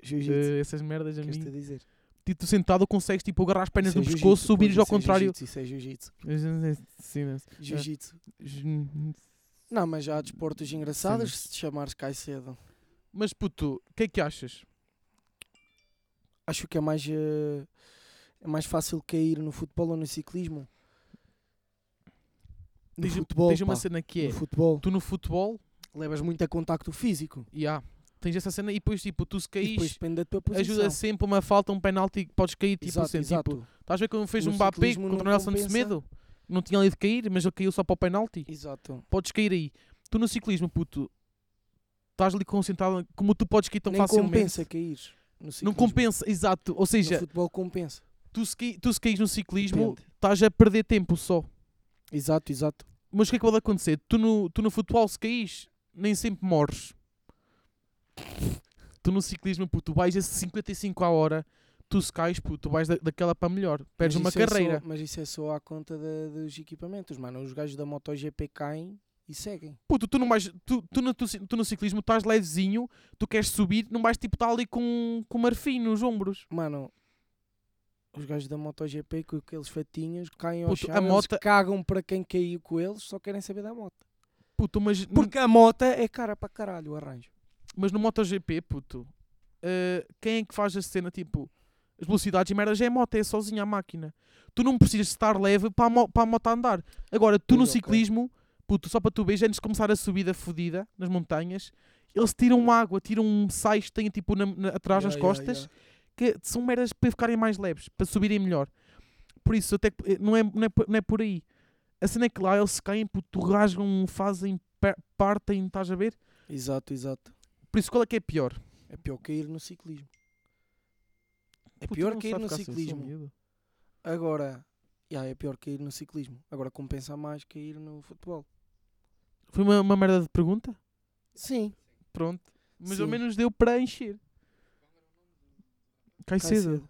B: Jiu-jitsu,
C: eh, essas merdas a
B: queres
C: mim.
B: tu dizer?
C: Tipo, tu sentado consegues tipo, agarrar as pernas
B: Isso é
C: no
B: jiu-jitsu,
C: pescoço,
B: pô,
C: subires ao
B: isso é
C: contrário.
B: jiu-jitsu, Isso é jiu-jitsu.
C: Sim, né?
B: Jiu-jitsu.
C: Jin-
B: Não, mas já há desportos engraçados
C: Cenas.
B: se te chamares Caicedo.
C: Mas puto, o que é que achas?
B: Acho que é mais, eh, é mais fácil cair no futebol ou no ciclismo. No
C: Tens,
B: futebol,
C: tens uma
B: pá.
C: cena que é,
B: No futebol.
C: tu no futebol,
B: Levas muito a contacto físico.
C: e há tens essa cena e depois tipo, tu se
B: E depois
C: caís,
B: depende da tua posição.
C: ajuda sempre uma falta, um penalti, podes cair tipo
B: exato,
C: sem
B: exato.
C: tipo, Estás a ver como fez
B: No
C: um Mbappé
B: ciclismo
C: contra o
B: não
C: Nelson de
B: compensa.
C: Semedo? Não tinha ali de cair, mas ele caiu só para o penalti.
B: exato.
C: Podes cair aí. Tu no ciclismo, puto, estás ali concentrado. Como tu podes cair tão
B: Nem
C: facilmente.
B: compensa cair no ciclismo.
C: Não compensa, exato. Ou
B: No
C: seja,
B: futebol compensa.
C: tu se, cai- tu se caís no ciclismo,
B: Depende.
C: estás a perder tempo só.
B: Exato, exato.
C: Mas o que é que pode acontecer? Tu no, tu no futebol, se caís, nem sempre morres. Tu no ciclismo, puto, vais a 55 a hora. Tu se cais, puto, vais da- daquela para melhor. Perdes
B: Mas
C: uma
B: isso é só-
C: carreira.
B: mas isso é só à conta da- dos equipamentos, mano. Os gajos da MotoGP caem e seguem.
C: Puto, tu não vais. Tu, tu, no, tu, tu no ciclismo estás levezinho, tu queres subir, não vais tipo estar ali com, com marfim nos ombros.
B: Mano, os gajos da MotoGP com aqueles fatinhos caem ao
C: Puto,
B: chão,
C: a
B: eles
C: moto-
B: cagam para quem caiu com eles, só querem saber da moto.
C: Puto, mas,
B: Porque a moto é cara para caralho o arranjo.
C: mas no MotoGP, puto, eh, quem é que faz a cena tipo. As velocidades e merdas é a moto, é sozinha a máquina. Tu não precisas estar leve para a, mo para a moto andar. Agora, tu no
B: Pois, ok.
C: ciclismo, puto, só para tu veres, antes de começar a subida fodida nas montanhas, eles tiram água, tiram um sais que têm tipo na- na- atrás nas costas. que são meras para ficarem mais leves, para subirem melhor. Por isso, até que, eh, não, é, não, é, por- não é por aí. A cena é que lá eles caem, puto, rasgam, fazem, per- partem, estás a ver?
B: Exato, exato.
C: Por isso, qual é que é pior?
B: É pior cair no ciclismo. É
C: Puto,
B: pior
C: não
B: cair
C: sabe
B: no
C: ficar assim, sou
B: ciclismo.
C: miúdo.
B: Agora, já, é pior cair no ciclismo. Agora compensa mais cair no futebol.
C: Foi uma, uma merda de pergunta?
B: Sim.
C: Pronto. Mas ao
B: Sim.
C: menos deu para encher. Cai,
B: Cai
C: cedo.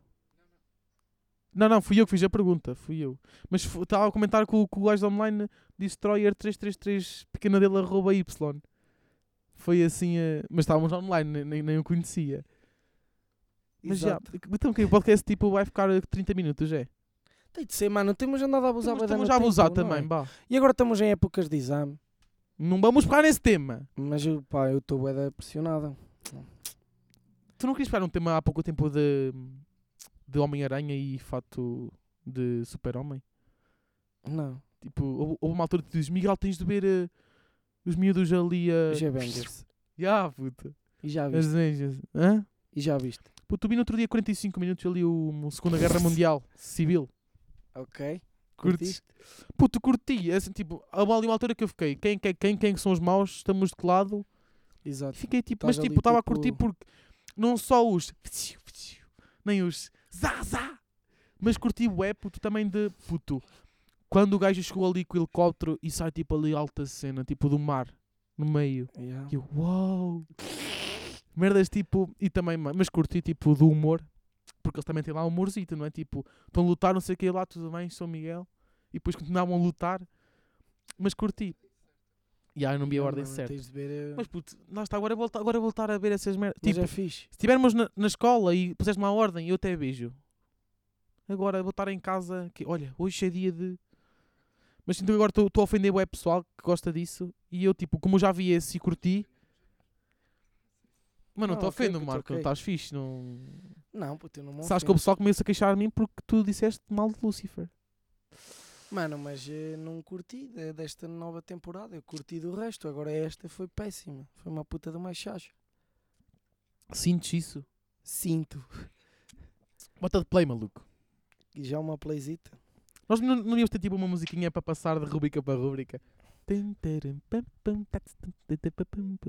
C: Não, não, fui eu que fiz a pergunta, fui eu. Mas fu- estava a comentar que o, que o gajo de online destroyer 333 pequenadele arroba y. Foi assim, eh, mas estávamos online, nem- nem, nem o conhecia. Mas
B: Exato.
C: já, então que o podcast tipo vai ficar eh, 30 minutos, é?
B: Tem de ser, mano. Temos andado a abusar
C: Estamos,
B: bué da
C: estamos
B: no
C: já a abusar
B: tempo, não é?
C: também, vá.
B: E agora estamos em épocas de exame.
C: Não vamos pegar nesse tema.
B: Mas eu, pá, eu estou bué da pressionada.
C: Tu não querias pegar um tema há pouco tempo de, de Homem-Aranha e fato de Super-Homem?
B: Não.
C: Tipo, houve, houve uma altura que tu dizes, Miguel, tens de ver eh, os miúdos ali a...
B: Já vengas.
C: Ya, puta.
B: E já
C: As
B: viste.
C: ninjas. Hã?
B: E já viste.
C: Pô, tu vi no outro dia 45 minutos ali o, o Segunda Guerra Mundial Civil.
B: Ok.
C: Curtes? Pô, tu curti. É assim, tipo, houve ali uma altura que eu fiquei, quem, quem, quem, quem que são os maus, estamos de que lado.
B: Exato.
C: Fiquei tipo,
B: Estás
C: mas tipo,
B: ali,
C: estava a
B: tipo-
C: curtir porque não só os nem os zá zá, mas curti o é puto também de puto. Quando o gajo chegou ali com o helicóptero e sai tipo ali alta cena, tipo do mar, no meio.
B: Yeah.
C: E eu, uau! Merdas tipo, e também, ma- mas curti tipo do humor, porque eles também têm lá um humorzito, não é? Tipo, estão a lutar, não sei o que lá, tudo bem, sou Miguel, e depois continuavam a lutar, mas curti. E aí eu não vi a
B: Não,
C: ordem
B: mano,
C: certa.
B: Tens de ver. eh,
C: Mas puto, lá está, agora voltar, agora voltar a ver essas merdas.
B: Mas
C: Tipo,
B: é fixe.
C: se estivermos na, na escola e puseste-me à ordem, eu até beijo. Agora vou estar em casa, que olha, hoje é dia de. Mas sinto que agora estou estou a ofender o pessoal que gosta disso. E eu, tipo, como eu já vi esse e curti. Mas não
B: Ah,
C: te
B: ok,
C: ofendo,
B: puto,
C: Marco,
B: ok.
C: estás fixe. Não...
B: Não, puto, eu não me
C: Sabes que o
B: ofendo.
C: pessoal começa a queixar de mim porque tu disseste mal de Lucifer.
B: Mano, mas eh, não curti de- desta nova temporada. Eu curti do resto. Agora esta foi péssima. Foi uma puta de uma chacha.
C: Sintes isso?
B: Sinto.
C: Bota de play, maluco.
B: E já uma playzita.
C: Nós não, não íamos ter tipo uma musiquinha para passar de rubrica para rubrica.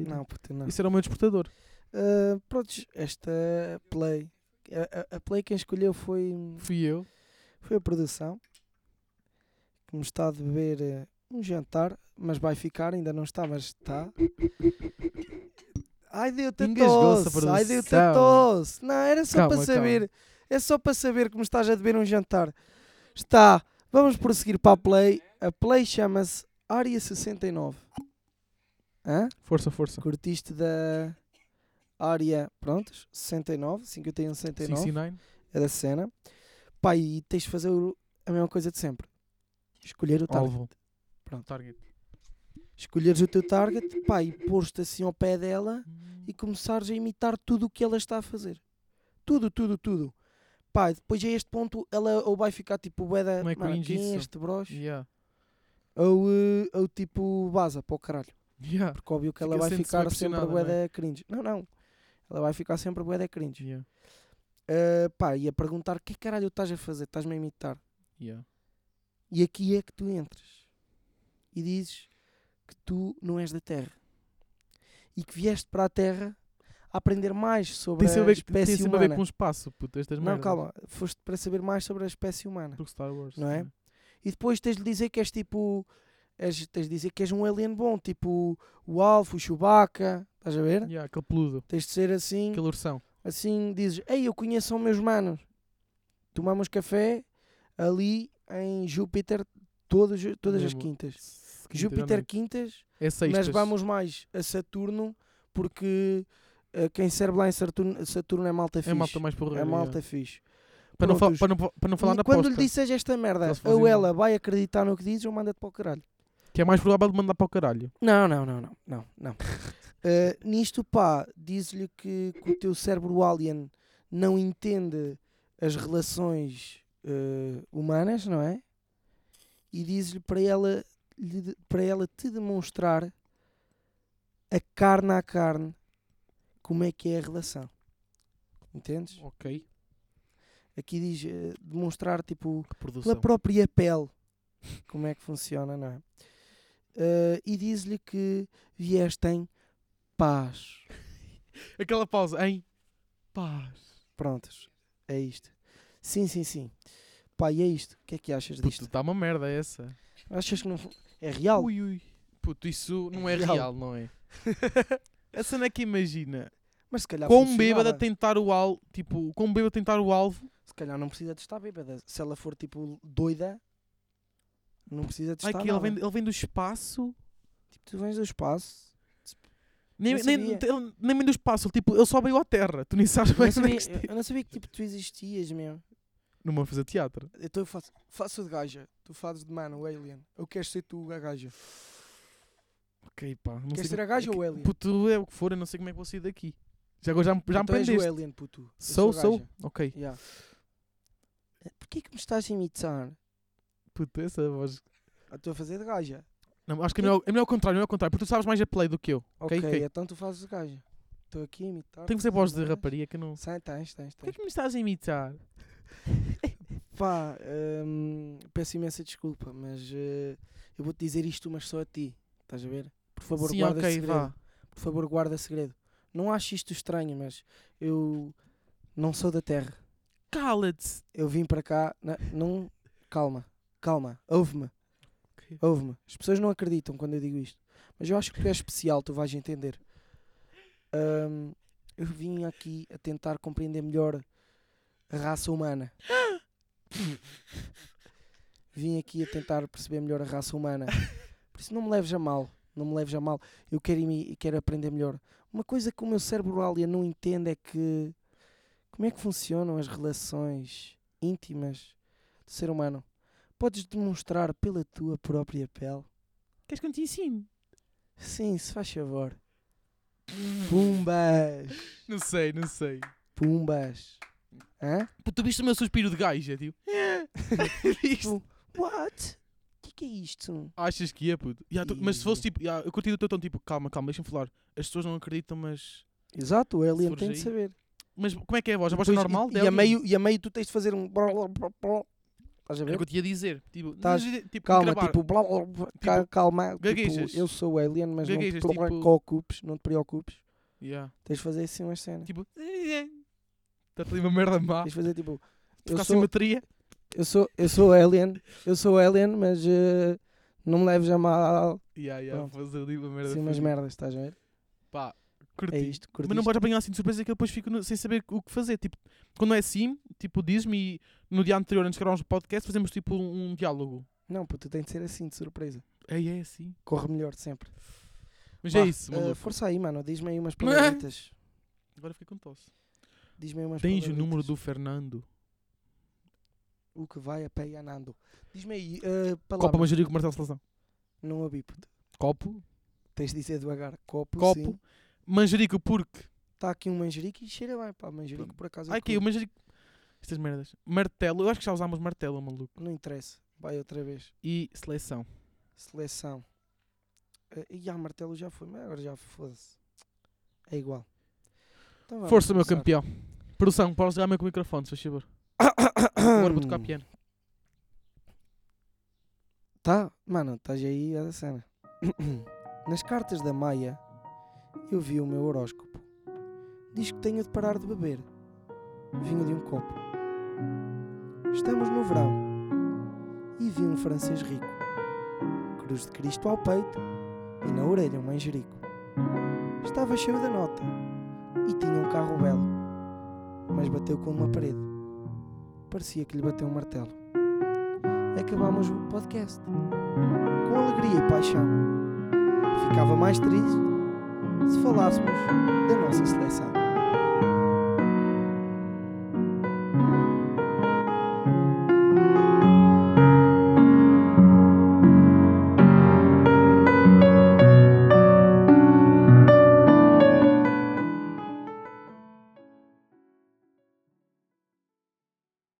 B: Não, puto, não.
C: Isso era o meu despertador.
B: Ah, prontos, esta play. A, a- a play quem escolheu foi,
C: Fui eu.
B: foi a produção que me está a beber eh, um jantar, mas vai ficar, ainda não está, mas está. Ai deu-te a
C: Engasgou-se a
B: tosse, ai deu-te a
C: produção.
B: tosse. Não, era só
C: Calma,
B: para
C: calma.
B: saber, é só para saber que me estás a beber um jantar. Está, vamos prosseguir para a play. A play chama-se Área 69. Hã?
C: Força, força.
B: Curtiste da área, prontos, 69, 51, 69,
C: 69.
B: é da cena. Pá, e tens de fazer o- a mesma coisa de sempre. Escolher o target.
C: Alvo.
B: Pronto.
C: Target.
B: Escolheres o teu target, pá, e pôs-te assim ao pé dela e começares a imitar tudo o que ela está a fazer. Tudo, tudo, tudo. Pá, e depois a este ponto ela ou vai ficar tipo, bué da,
C: Não é
B: mano,
C: cringe
B: quem é
C: isso?
B: este bros?
C: Yeah.
B: Ou, eh, ou tipo, vaza para o caralho.
C: Yeah.
B: Porque óbvio que ela
C: Fica
B: vai
C: sendo-se
B: ficar
C: bem
B: sempre
C: pressionada,
B: bué da cringe. Não, não. Ela vai ficar sempre bué da cringe.
C: é? Yeah.
B: Uh, pá, e a perguntar que caralho estás a fazer? Estás-me a imitar.
C: Yeah.
B: E aqui é que tu entras. E dizes que tu não és da Terra. E que vieste para a Terra a aprender mais sobre
C: Tem
B: a,
C: sempre a ver, tem
B: espécie
C: sempre a ver
B: humana.
C: com o espaço, puto. Estas
B: Não,
C: merdas.
B: calma. Foste para saber mais sobre a espécie humana.
C: Porque Star Wars.
B: Não é?
C: né?
B: E depois tens de dizer que és tipo... És, tens de dizer que és um alien bom. Tipo o Alf, o Chewbacca. Estás a ver?
C: Yeah, aquele peludo.
B: Tens de ser assim...
C: Aquele ursão.
B: assim dizes, ei, eu conheço os meus manos. Tomamos café ali em Júpiter todas, todas as
C: Mesmo.
B: quintas.
C: Quinta, já
B: Júpiter
C: não-
B: quintas,
C: É sextas.
B: mas vamos mais a Saturno, porque eh, quem serve lá em Saturno, Saturno é malta fixe.
C: É malta mais porra.
B: É malta fixe.
C: Para não,
B: Prontos.
C: fa- para, não, fa- para não falar
B: E
C: na
B: quando
C: aposta.
B: lhe disseres esta merda,
C: Eles fazem
B: ou
C: mal.
B: ela vai acreditar no que dizes ou manda-te para o caralho.
C: Que é mais provável de mandar para o caralho.
B: Não, não, não, não, não, não. Eh, nisto, pá, diz-lhe que, que o teu cérebro alien não entende as relações eh, humanas, não é? E diz-lhe para ela, lhe de- para ela te demonstrar a carne a carne como é que é a relação. Entendes?
C: Ok.
B: Aqui diz eh, demonstrar, tipo,
C: Que produção.
B: pela própria pele como é que funciona, não é? Ah, e diz-lhe que vieste em paz.
C: Aquela pausa, hein? Paz.
B: Prontos, é isto. Sim, sim, sim. Pá, e é isto. O que é que achas disto?
C: Puto, está tá uma merda essa.
B: Achas que não fu- é real?
C: Ui, ui. Puto, isso não é
B: Real.
C: real, não é? A cena é que imagina.
B: Mas se calhar
C: Com
B: funcionava.
C: bêbada tentar o alvo, tipo, com bêbada tentar o alvo,
B: Se calhar não precisa de estar bêbada. Se ela for tipo doida, não precisa de
C: ai
B: estar
C: que ele
B: nada.
C: vem, ele vem do espaço,
B: Tipo, tu vens do espaço.
C: nem,
B: Não
C: nem,
B: sabia.
C: ele- nem vem do espaço, ele, tipo, ele só veio à terra, tu nem sabes
B: Eu
C: bem
B: não,
C: onde
B: sabia,
C: é que estive.
B: eu não sabia que tipo tu existias mesmo.
C: Não vão fazer teatro.
B: Então eu faço, faço de gaja, tu fazes de mano, o alien. Eu quero ser tu a gaja.
C: Ok, pá, não
B: Queres
C: sei.
B: ser
C: como-
B: a gaja ou o alien?
C: Puto, é o que for, eu não sei como é que vou sair daqui. Já, agora já, me- já me
B: Então és o
C: prendeste.
B: alien, puto. Eu
C: Sou,
B: a
C: sou.
B: gaja.
C: Ok.
B: Yeah. Eh, Porquê que me estás a imitar?
C: Puto, essa voz.
B: Ah, Estou a fazer de gaja.
C: Não, acho que é melhor, é melhor ao contrário, é melhor ao contrário, porque tu sabes mais a play do que eu. Ok,
B: Ok,
C: ok.
B: então tu fazes de gaja. Estou aqui a imitar.
C: Tem que ser
B: fazer
C: voz de
B: gaja.
C: rapariga que eu não.
B: Sim, tens, tens,
C: Por que é
B: tens.
C: que me estás a imitar?
B: Pá, hum, peço imensa desculpa, mas eh, eu vou-te dizer isto, mas só a ti. Estás a ver? Por favor,
C: Sim,
B: guarda
C: ok,
B: segredo.
C: vá.
B: Por favor, guarda segredo. Não acho isto estranho, mas eu não sou da Terra.
C: Cala-te.
B: Eu vim para cá. na- Não. Calma, calma. Ouve-me.
C: Ok.
B: Ouve-me. As pessoas não acreditam quando eu digo isto. Mas eu acho que tu és especial, tu vais entender. Ahm, eu vim aqui a tentar compreender melhor a raça humana. vim aqui a tentar perceber melhor a raça humana. Por isso não me leves a mal. Não me leves a mal. Eu quero, imi- quero aprender melhor. Uma coisa que o meu cérebro alien não entende é que como é que funcionam as relações íntimas do ser humano. Podes demonstrar pela tua própria pele.
C: Queres que eu te ensine?
B: Sim, se faz favor. Pumbas!
C: Não sei, não sei.
B: Pumbas! Hã?
C: Puto, tu viste o meu suspiro de gaja, tio?
B: É.
C: Viste?
B: Tu- What? O que, que é isto?
C: Achas que é, puto? Ya, tu- Mas se fosse tipo, ya, eu curti o teu tom, tipo, calma, calma, deixa-me falar. As pessoas não acreditam, mas.
B: Exato, o alien
C: Surge
B: tem de
C: aí.
B: saber.
C: Mas como é que é a voz? A voz
B: Depois-
C: é normal
B: e,
C: dela?
B: e, a meio, e a meio tu tens de fazer um. blá, blá, blá, blá. Estás a
C: Era é o
B: ver?
C: que eu te ia dizer. Tipo,
B: Tás-
C: tipo
B: Tá, Calma,
C: gravar.
B: tipo, blá, blá, blá, ca- calma.
C: gaguejas.
B: Tipo, eu sou o alien, mas não te
C: Gaguejas, tipo-
B: preocupes. Não te preocupes.
C: Ya.
B: Tens de fazer assim umas cenas.
C: Tipo.
B: É.
C: Está-te ali uma merda má.
B: Tens de fazer tipo. Eu
C: Ficar assim
B: sou,
C: sem bateria.
B: eu, sou, eu sou alien, eu sou alien, mas eh, não me leves a mal.
C: Ya, ya,
B: Pronto.
C: fazer ali uma merda.
B: Assim umas
C: fodida.
B: merdas, estás a ver?
C: Pá, curti.
B: É isto, curti.
C: Mas não podes apanhar assim de surpresa que eu depois fico no- sem saber o que fazer. Tipo, quando é assim, tipo, diz-me e no dia anterior, antes de gravarmos o podcast, fazemos tipo um, um diálogo.
B: Não, puto, tem de ser assim, de surpresa.
C: É, é assim.
B: Corre melhor sempre.
C: Mas
B: Vá,
C: é isso,
B: eh,
C: maluco.
B: força aí, mano, diz-me aí umas
C: Não é?
B: palavritas. eh,
C: Agora fiquei com tosse.
B: Diz-me aí umas
C: Tens o
B: palavritas.
C: número do Fernando.
B: O que vai a pé e andando. Diz-me aí, eh,
C: Copa
B: palavras.
C: Majorico Martelo Seleção.
B: Não ouvi, puto.
C: Copo.
B: Tens de dizer devagar. Copo,
C: Copo.
B: sim.
C: Manjerico porque.
B: Está aqui um manjerico e cheira bem, pá. Manjerico, por acaso. eu
C: Ai, que é o
B: curto.
C: manjerico. Estas merdas. Martelo. Eu acho que já usámos martelo, maluco.
B: Não interessa. Vai outra vez.
C: E seleção.
B: Seleção. Eh, e a martelo já foi, mas agora já foda-se. É igual. Então vamos
C: Força, meu
B: começar.
C: campeão. Produção, podes ligar-me com o microfone, se faz favor.
B: Ah.
C: Agora vou tocar piano.
B: Tá, mano, estás aí a cena. Nas cartas da Maia, eu vi o meu horóscopo. Diz que tenho de parar de beber. Vinho de um copo. Estamos no verão. E vi um francês rico. Cruz de Cristo ao peito e na orelha um manjerico. Estava cheio da nota e tinha um carro belo. Mas bateu com uma parede. Parecia que lhe bateu um martelo acabámos o podcast. Com alegria e paixão. Ficava mais triste se falássemos da nossa seleção.